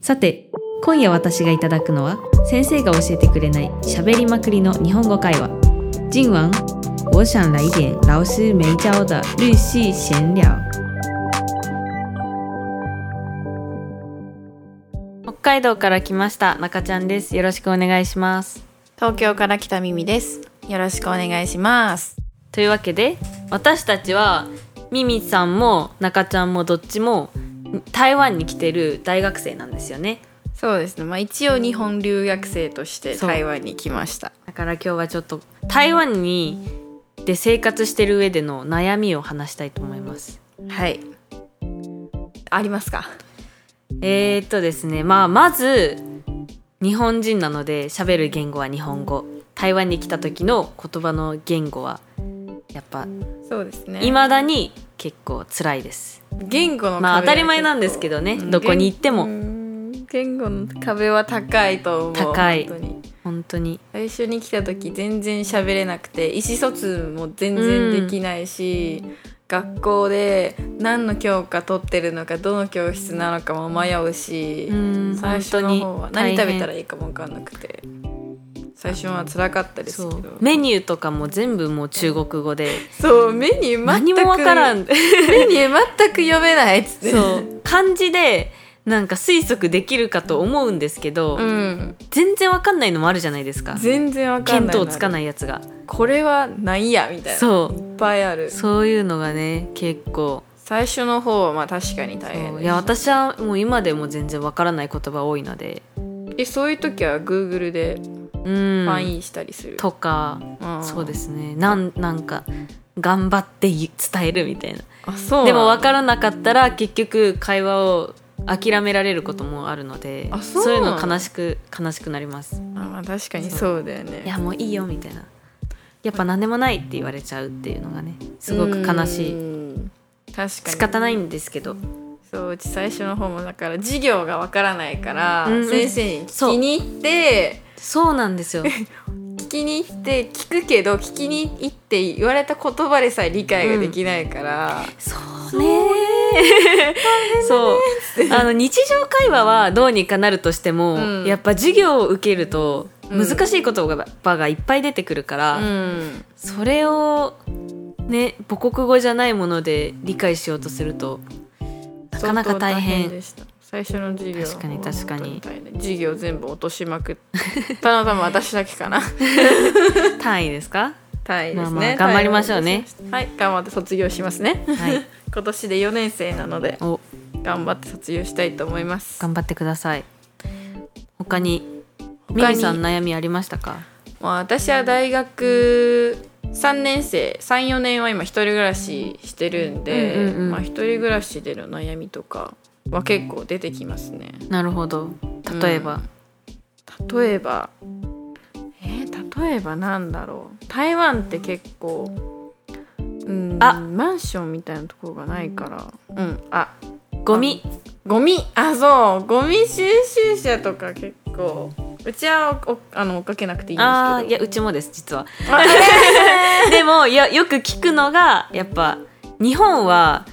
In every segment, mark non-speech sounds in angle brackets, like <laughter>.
さて今夜私がいただくのは先生が教えてくれない喋りまくりの日本語会話今晚我想来一点老师没教的日系闲聊北海道から来ました中ちゃんですよろしくお願いします東京から来たミミです。よろしくお願いします。というわけで私たちはミミさんも中ちゃんもどっちも台湾に来てる大学生なんですよねそうですね。まあ一応日本留学生としてそう台湾に来ました。だから今日はちょっと台湾にで生活してる上での悩みを話したいと思います。はい。ありますか。えー、っとですね、まあまず日本人なので喋る言語は日本語。台湾に来た時の言葉の言語はやっぱそうですね。未だに結構辛いです。言語の壁はまあ当たり前なんですけどね結構どこに行ってもうん言語の壁は高いと思う。高い本当に本当に。最初に来た時全然喋れなくて意思疎通も全然できないし、学校で何の教科取ってるのかどの教室なのかも迷うし、うん、最本当初のに方は大何変食べたらいいかも分かんなくて最初は辛かったですそけどうメニューとかも全部もう中国語でそうメニュー <laughs> 全何くもわから <laughs> んメニュー全く読めないっつってそう <laughs> 漢字でなんか推測できるかと思うんですけど、うん全然わかんないのもあるじゃないですか全然分かん見ない当つかないいやつがこれはなんやみたいなそいっぱいあるうそういうのがね結構最初の方はまあ確かに大そ変でうすいや私はもう今でも全然わからない言葉多いのでえそういう時は Google でうん翻譯したりする、とかそうですすねなんなんか頑張って言う伝えるみたいなあそうでも分るからなかったら結局会話を諦められることもあるのであそういうの悲しく悲しくなりますあ、まあ、確かにそうだよねいやもういいよみたいなやっぱ何でもないって言われちゃうっていうのがねすごく悲しいい確かに仕方ないんですけどそううち最初の方もだから授業がわからないから、うんうん先生に聞きに行ってそうなんです <laughs> よ聞きに行って聞くけど聞きに行って言われた言葉でさえ理解ができないから、そうねそうあの日常会話はどうにかなるとしても、うんやっぱ授業を受けるとうん難しい言葉がいっぱい出てくるから、うんそれをね母国語じゃないもので理解しようとするとなかなか大変相当でした最初の授業確かに確かに本当大変授業全部落としまくったの多分私だ <laughs> けかな単位ですか単位ですね、まあまあ頑張りましょうね単位を落としましたはい頑張って卒業しますね <laughs> はい今年で4年生なのでお頑張って卒業したいと思います頑張ってください他にミ他にリさん悩みありましたかまあ、私は大学3年生34年は今一人暮らししてるんで、うんうんうんまあ、一人暮らしでの悩みとかは結構出てきますねなるほど例えば、例えばえー例えばなんだろう台湾って結構うんあマンションみたいなところがないからうんあゴミゴミあそうゴミ収集車とか結構うちはおあの追っかけなくていいんですけどあーいやうちもです実は <laughs> あれでもいやよく聞くのがやっぱ日本は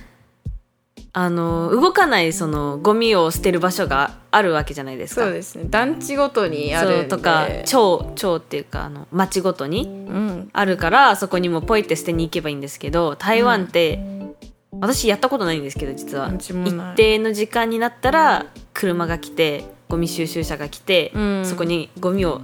あの動かないそのゴミを捨てる場所があるわけじゃないですかそうですね団地ごとにあるんそでうとか町町っていうかあの町ごとにうんあるからそこにもポイって捨てに行けばいいんですけど台湾って、私やったことないんですけど実はうちもない一定の時間になったら車が来てゴミ収集車が来て、うんそこにゴミを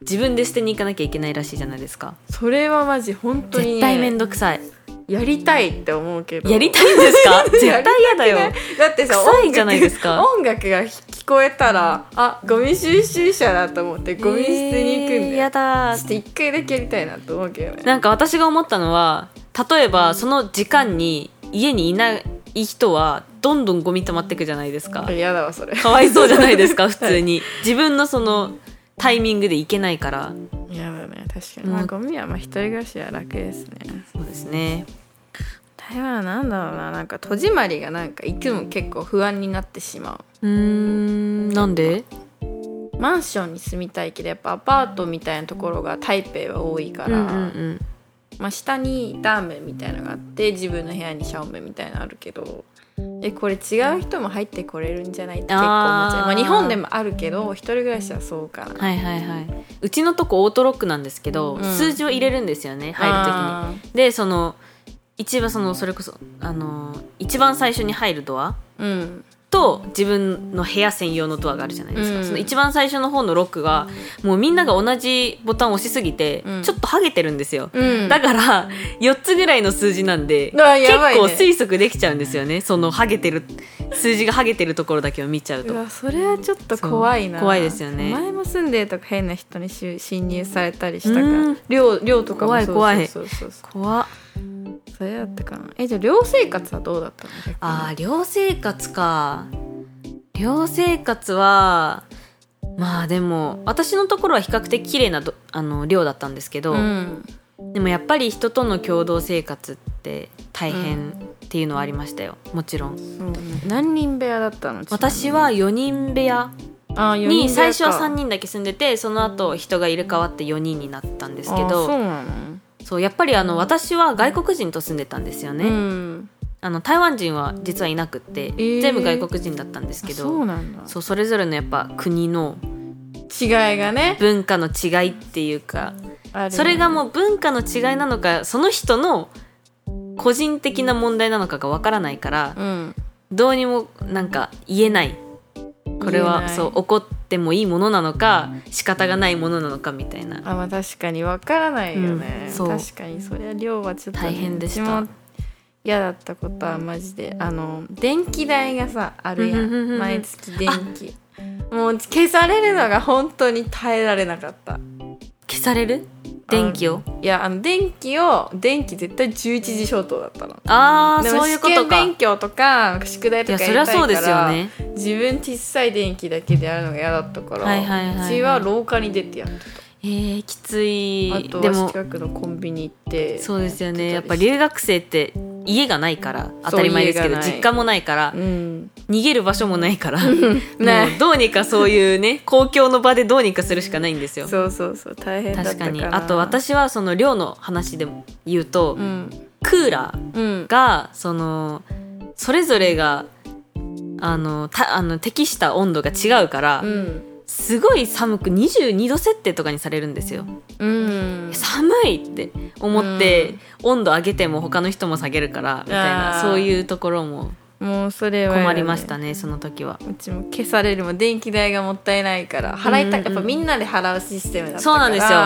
自分で捨てに行かなきゃいけないらしいじゃないですかそれはマジ本当に、ね、絶対面倒くさいやりたいって思うけどや <laughs> りたいんですか絶対嫌だよねだってさ臭いじゃないですか音楽音楽が聞こえたらあゴミ収集車だと思ってゴミ捨てに行くんだえーよ、やだちょっと一回だけやりたいなと思うけどねなんか私が思ったのは例えばその時間に家にいない人はどんどんゴミ溜まってくじゃないですか嫌だわそれかわいそうじゃないです <laughs> <laughs> か普通に自分のそのタイミングで行けないから嫌だね確かに、うんまあ、ゴミはまあ一人暮らしは楽ですねそうですね台湾はなんだろうななんか戸締まりがなんか行くの結構不安になってしまううーんなんでマンションに住みたいけどやっぱアパートみたいなところが台北は多いから、うんうんまあ、下にダーメンみたいなのがあって自分の部屋にシャオメンみたいなのあるけどえこれ違う人も入ってこれるんじゃないって結構思っちゃあーうまあ、日本でもあるけど一人暮らしはそうかなはいはいはいうちのとこオートロックなんですけど、うん数字を入れるんですよね入るときにあでその一番そのそれこそあの一番最初に入るドアーうんと自分の部屋専用のドアがあるじゃないですか、うんその一番最初の方のロックがもうみんなが同じボタンを押しすぎて、うんちょっとハゲてるんですよ、うんだから4つぐらいの数字なんで、うわや結ばいね構推測できちゃうんですよねそのハゲてる数字がハゲてるところだけを見ちゃううと。わそれはちょっと怖いなそう怖いですよね前も住んでるとか変な人にし侵入されたりしたかうらん寮寮とかも怖い怖いそうそうそうそう怖っそれだったかなえじゃあ寮生活はどうだったの結構あー寮生活か寮生活はまあでも私のところは比較的綺麗などあの寮だったんですけど、うんでもやっぱり人との共同生活って大変っていうのはありましたよもちろんそうね何人部屋だったの私は4人部屋あ四に人部最屋か初は3人だけ住んでてその後人が入れ替わって4人になったんですけあそうどなのそうやっぱりあの私は外国人と住んでたんですよね、うんあの台湾人は実はいなくって、ー全部外国人だったんですけあどそうなんだそうそれぞれのやっぱ国の違いがね文化の違いっていうかあるそれがもう文化の違いなのかその人の個人的な問題なのかがわからないからうんどうにもなんか言えないこれ言えはないそう怒ってもいいものなのか仕方がないものなのかみたいなあまあ確かにわからないよね、うんそう確かにそりゃ量はちょっとね、大変でしたうちも嫌だったことはマジであの電気代がさあるやうんうんうんうんん毎月電気もう消されるのが本当に耐えられなかった消される電気をいやあの電気を電気絶対11時消灯だったのああでもそういうこと試験か勉い強とか宿題とやかそやりりたゃいからそうですよね自分小さい電気だけでやるのが嫌だったから、はいはいはいはいうちは廊下に出てやってえー、きついあとではも近くのコンビニ行ってそうですよねややっってぱたりして留学生って家がないから当たり前ですけど家がない実家もないからうん逃げる場所もないから <laughs> ないもうどうにかそういうね公共の場でどうにかするしかないんですよそうそうそう大変だった確からかにあと私はその寮の話でも言うと、うんクーラうんーがそのそれぞれがあのたあの適した温度が違うから、うんすごい寒く22度設定とかにされるんですようん寒いって思って、温度上げても他の人も下げるからみたいあなーそういうところももうそれは、困りましたねその時は。うちも消されるも電気代がもったいないから払いたうんうんやっぱみんなで払うシステムだったからそうなんですよ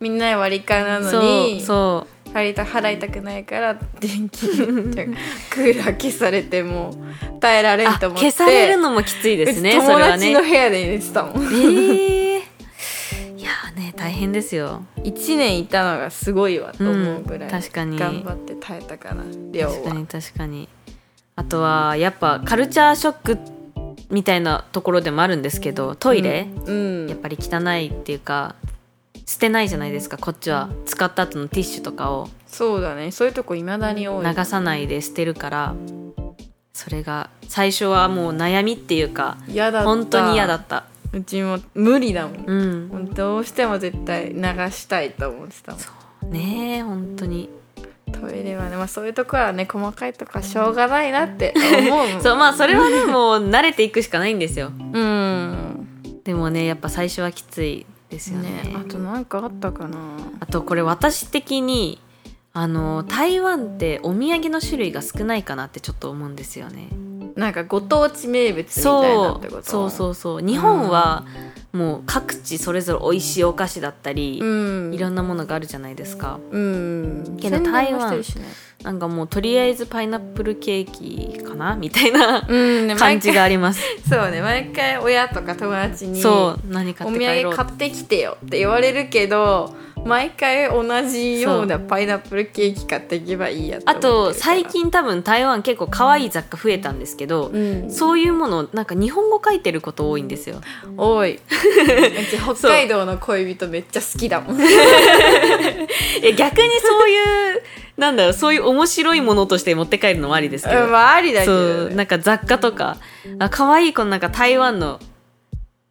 みんなで割り勘なのそうにそう払いた払いたくないから電気 <laughs> クーラー消されてもう耐えられんあと思って消されるのもきついですねうちそ <laughs> 友れは達のね部屋で寝てたもん、ええいやーね大変ですよ1年いたのがすごいわと思うぐらうい、ん確かに頑張って耐えたかな量確かはに確かにあとはやっぱカルチャーショックみたいなところでもあるんですけどトイレ、うん、やっぱり汚いっていうか捨てないじゃないですかこっちは使った後のティッシュとかをそうだねそういうとこいまだに多い流さないで捨てるからそれが最初はもう悩みっていうか嫌だった本当に嫌だったうちも無理だもん、うんもうどうしても絶対流したいと思ってたもんねえ本当にトイレはね、まあ、そういうとこはね細かいとこはしょうがないなって思うもんそうまあそれはねもう慣れていくしかないんですようんでもねやっぱ最初はきついですよねねあとなんかあったかなあとこれ私的にあの台湾ってお土産の種類が少ないかなってちょっと思うんですよねなんかご当地名物みたいなそってこうとそうそうそう日本はもう各地それぞれ美味しいお菓子だったり、うんいろんなものがあるじゃないですかうんけど宣伝も台湾してるしねなんかもうとりあえずパイナップルケーキかなみたいなうんね感じがあります毎 <laughs> 回そうね毎回親とか友達にそう何買おっ土て帰ろ産う買ってきてよって言われるけど毎回同じようなパイナップルケーキ買っていけばいいやあと思ってるから最、近多分台湾結構可愛い雑貨増えたんですけど、うん、そういうものなんか日本語書いてること多いんですよ。多いうち <laughs> 北海道の恋人めっちゃ好きだも <laughs> んえ逆にそういうなんだろうそういう面白いものとして持って帰るのもありですけど、うんまあありだけそどうねなんか雑貨とかあ可愛いこのなんか台湾の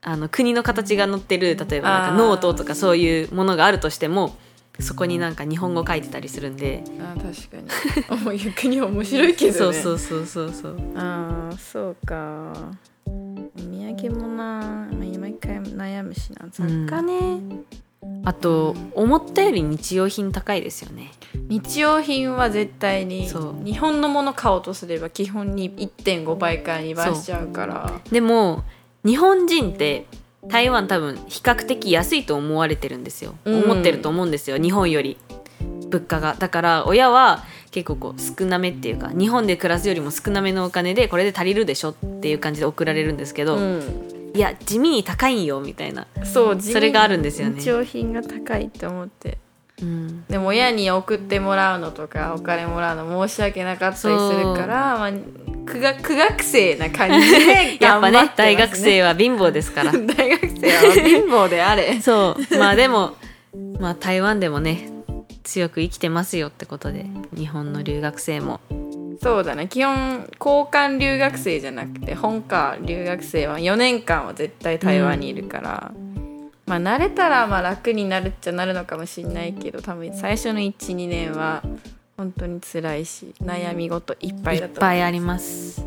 あの国の形が載ってる例えばなんあかーノートとかそういうものがあるとしてもそこになんか日本語書いてたりするんで、あ確かに <laughs> もう逆に面白いけどねそうそうそうそうそうああそうかお土産もな、まあ、毎回悩むしな雑貨ね、あと思ったより日用品高いですよね日用品は絶対にそう日本のもの買おうとすれば基本に1.5倍から2倍しちゃうからでも日本人って台湾多分比較的安いと思われてるんですよ、うん思ってると思うんですよ日本より物価がだから親は結構こう少なめっていうか日本で暮らすよりも少なめのお金でこれで足りるでしょっていう感じで送られるんですけど、ん、いや地味に高いんよみたいな、そうそれがあるんですよね日用品が高いって思ってでも親に送ってもらうのとかお金もらうの申し訳なかったりするから、まあ、苦学苦学生な感じ <laughs> でやっぱ頑張ってます、ね、ね大学生は貧乏ですから <laughs> 大学生は貧乏であれそうまあでもまあ台湾でもね強く生きてますよってことで日本の留学生もそうだね基本交換留学生じゃなくて本科留学生は4年間は絶対台湾にいるから、まあ慣れたらまあ楽になるっちゃなるのかもしれないけど多分最初の12年は本当に辛いし悩み事いっぱいいだっと思うぱいあります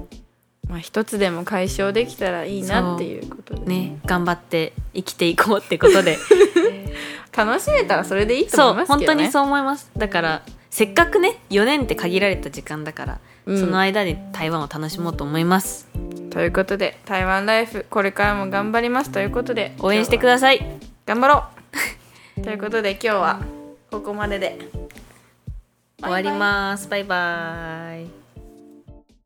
まあ一つでも解消できたらいいなっていうことで、ね頑張って生きていこうってこと <laughs> で楽しめたらそれでいいとそ思いうます本け当どねにそう思いますだからせっかくね4年って限られた時間だから、うんその間に台湾を楽しもうと思いますということで台湾ライフこれからも頑張りますということで応援してください頑張ろうということで今日はここまでで終わりますバイバイ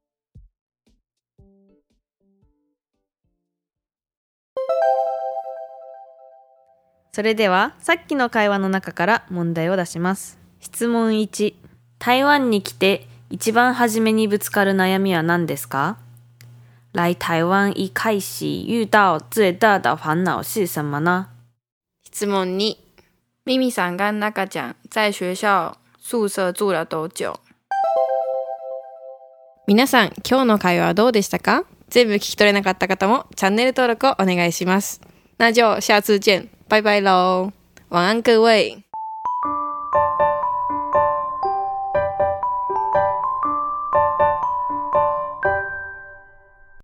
それではさっきの会話の中から問題を出します質問1台湾に来て一番初めにぶつかる悩みは何ですか来台湾一開始遇到最大的烦恼是什么呢質問2ミミさんが中ちゃん在学校宿舍住了多久皆さん今日の会話はどうでしたか全部聞き取れなかった方もチャンネル登録をお願いします那就下次见拜拜喽晚安各位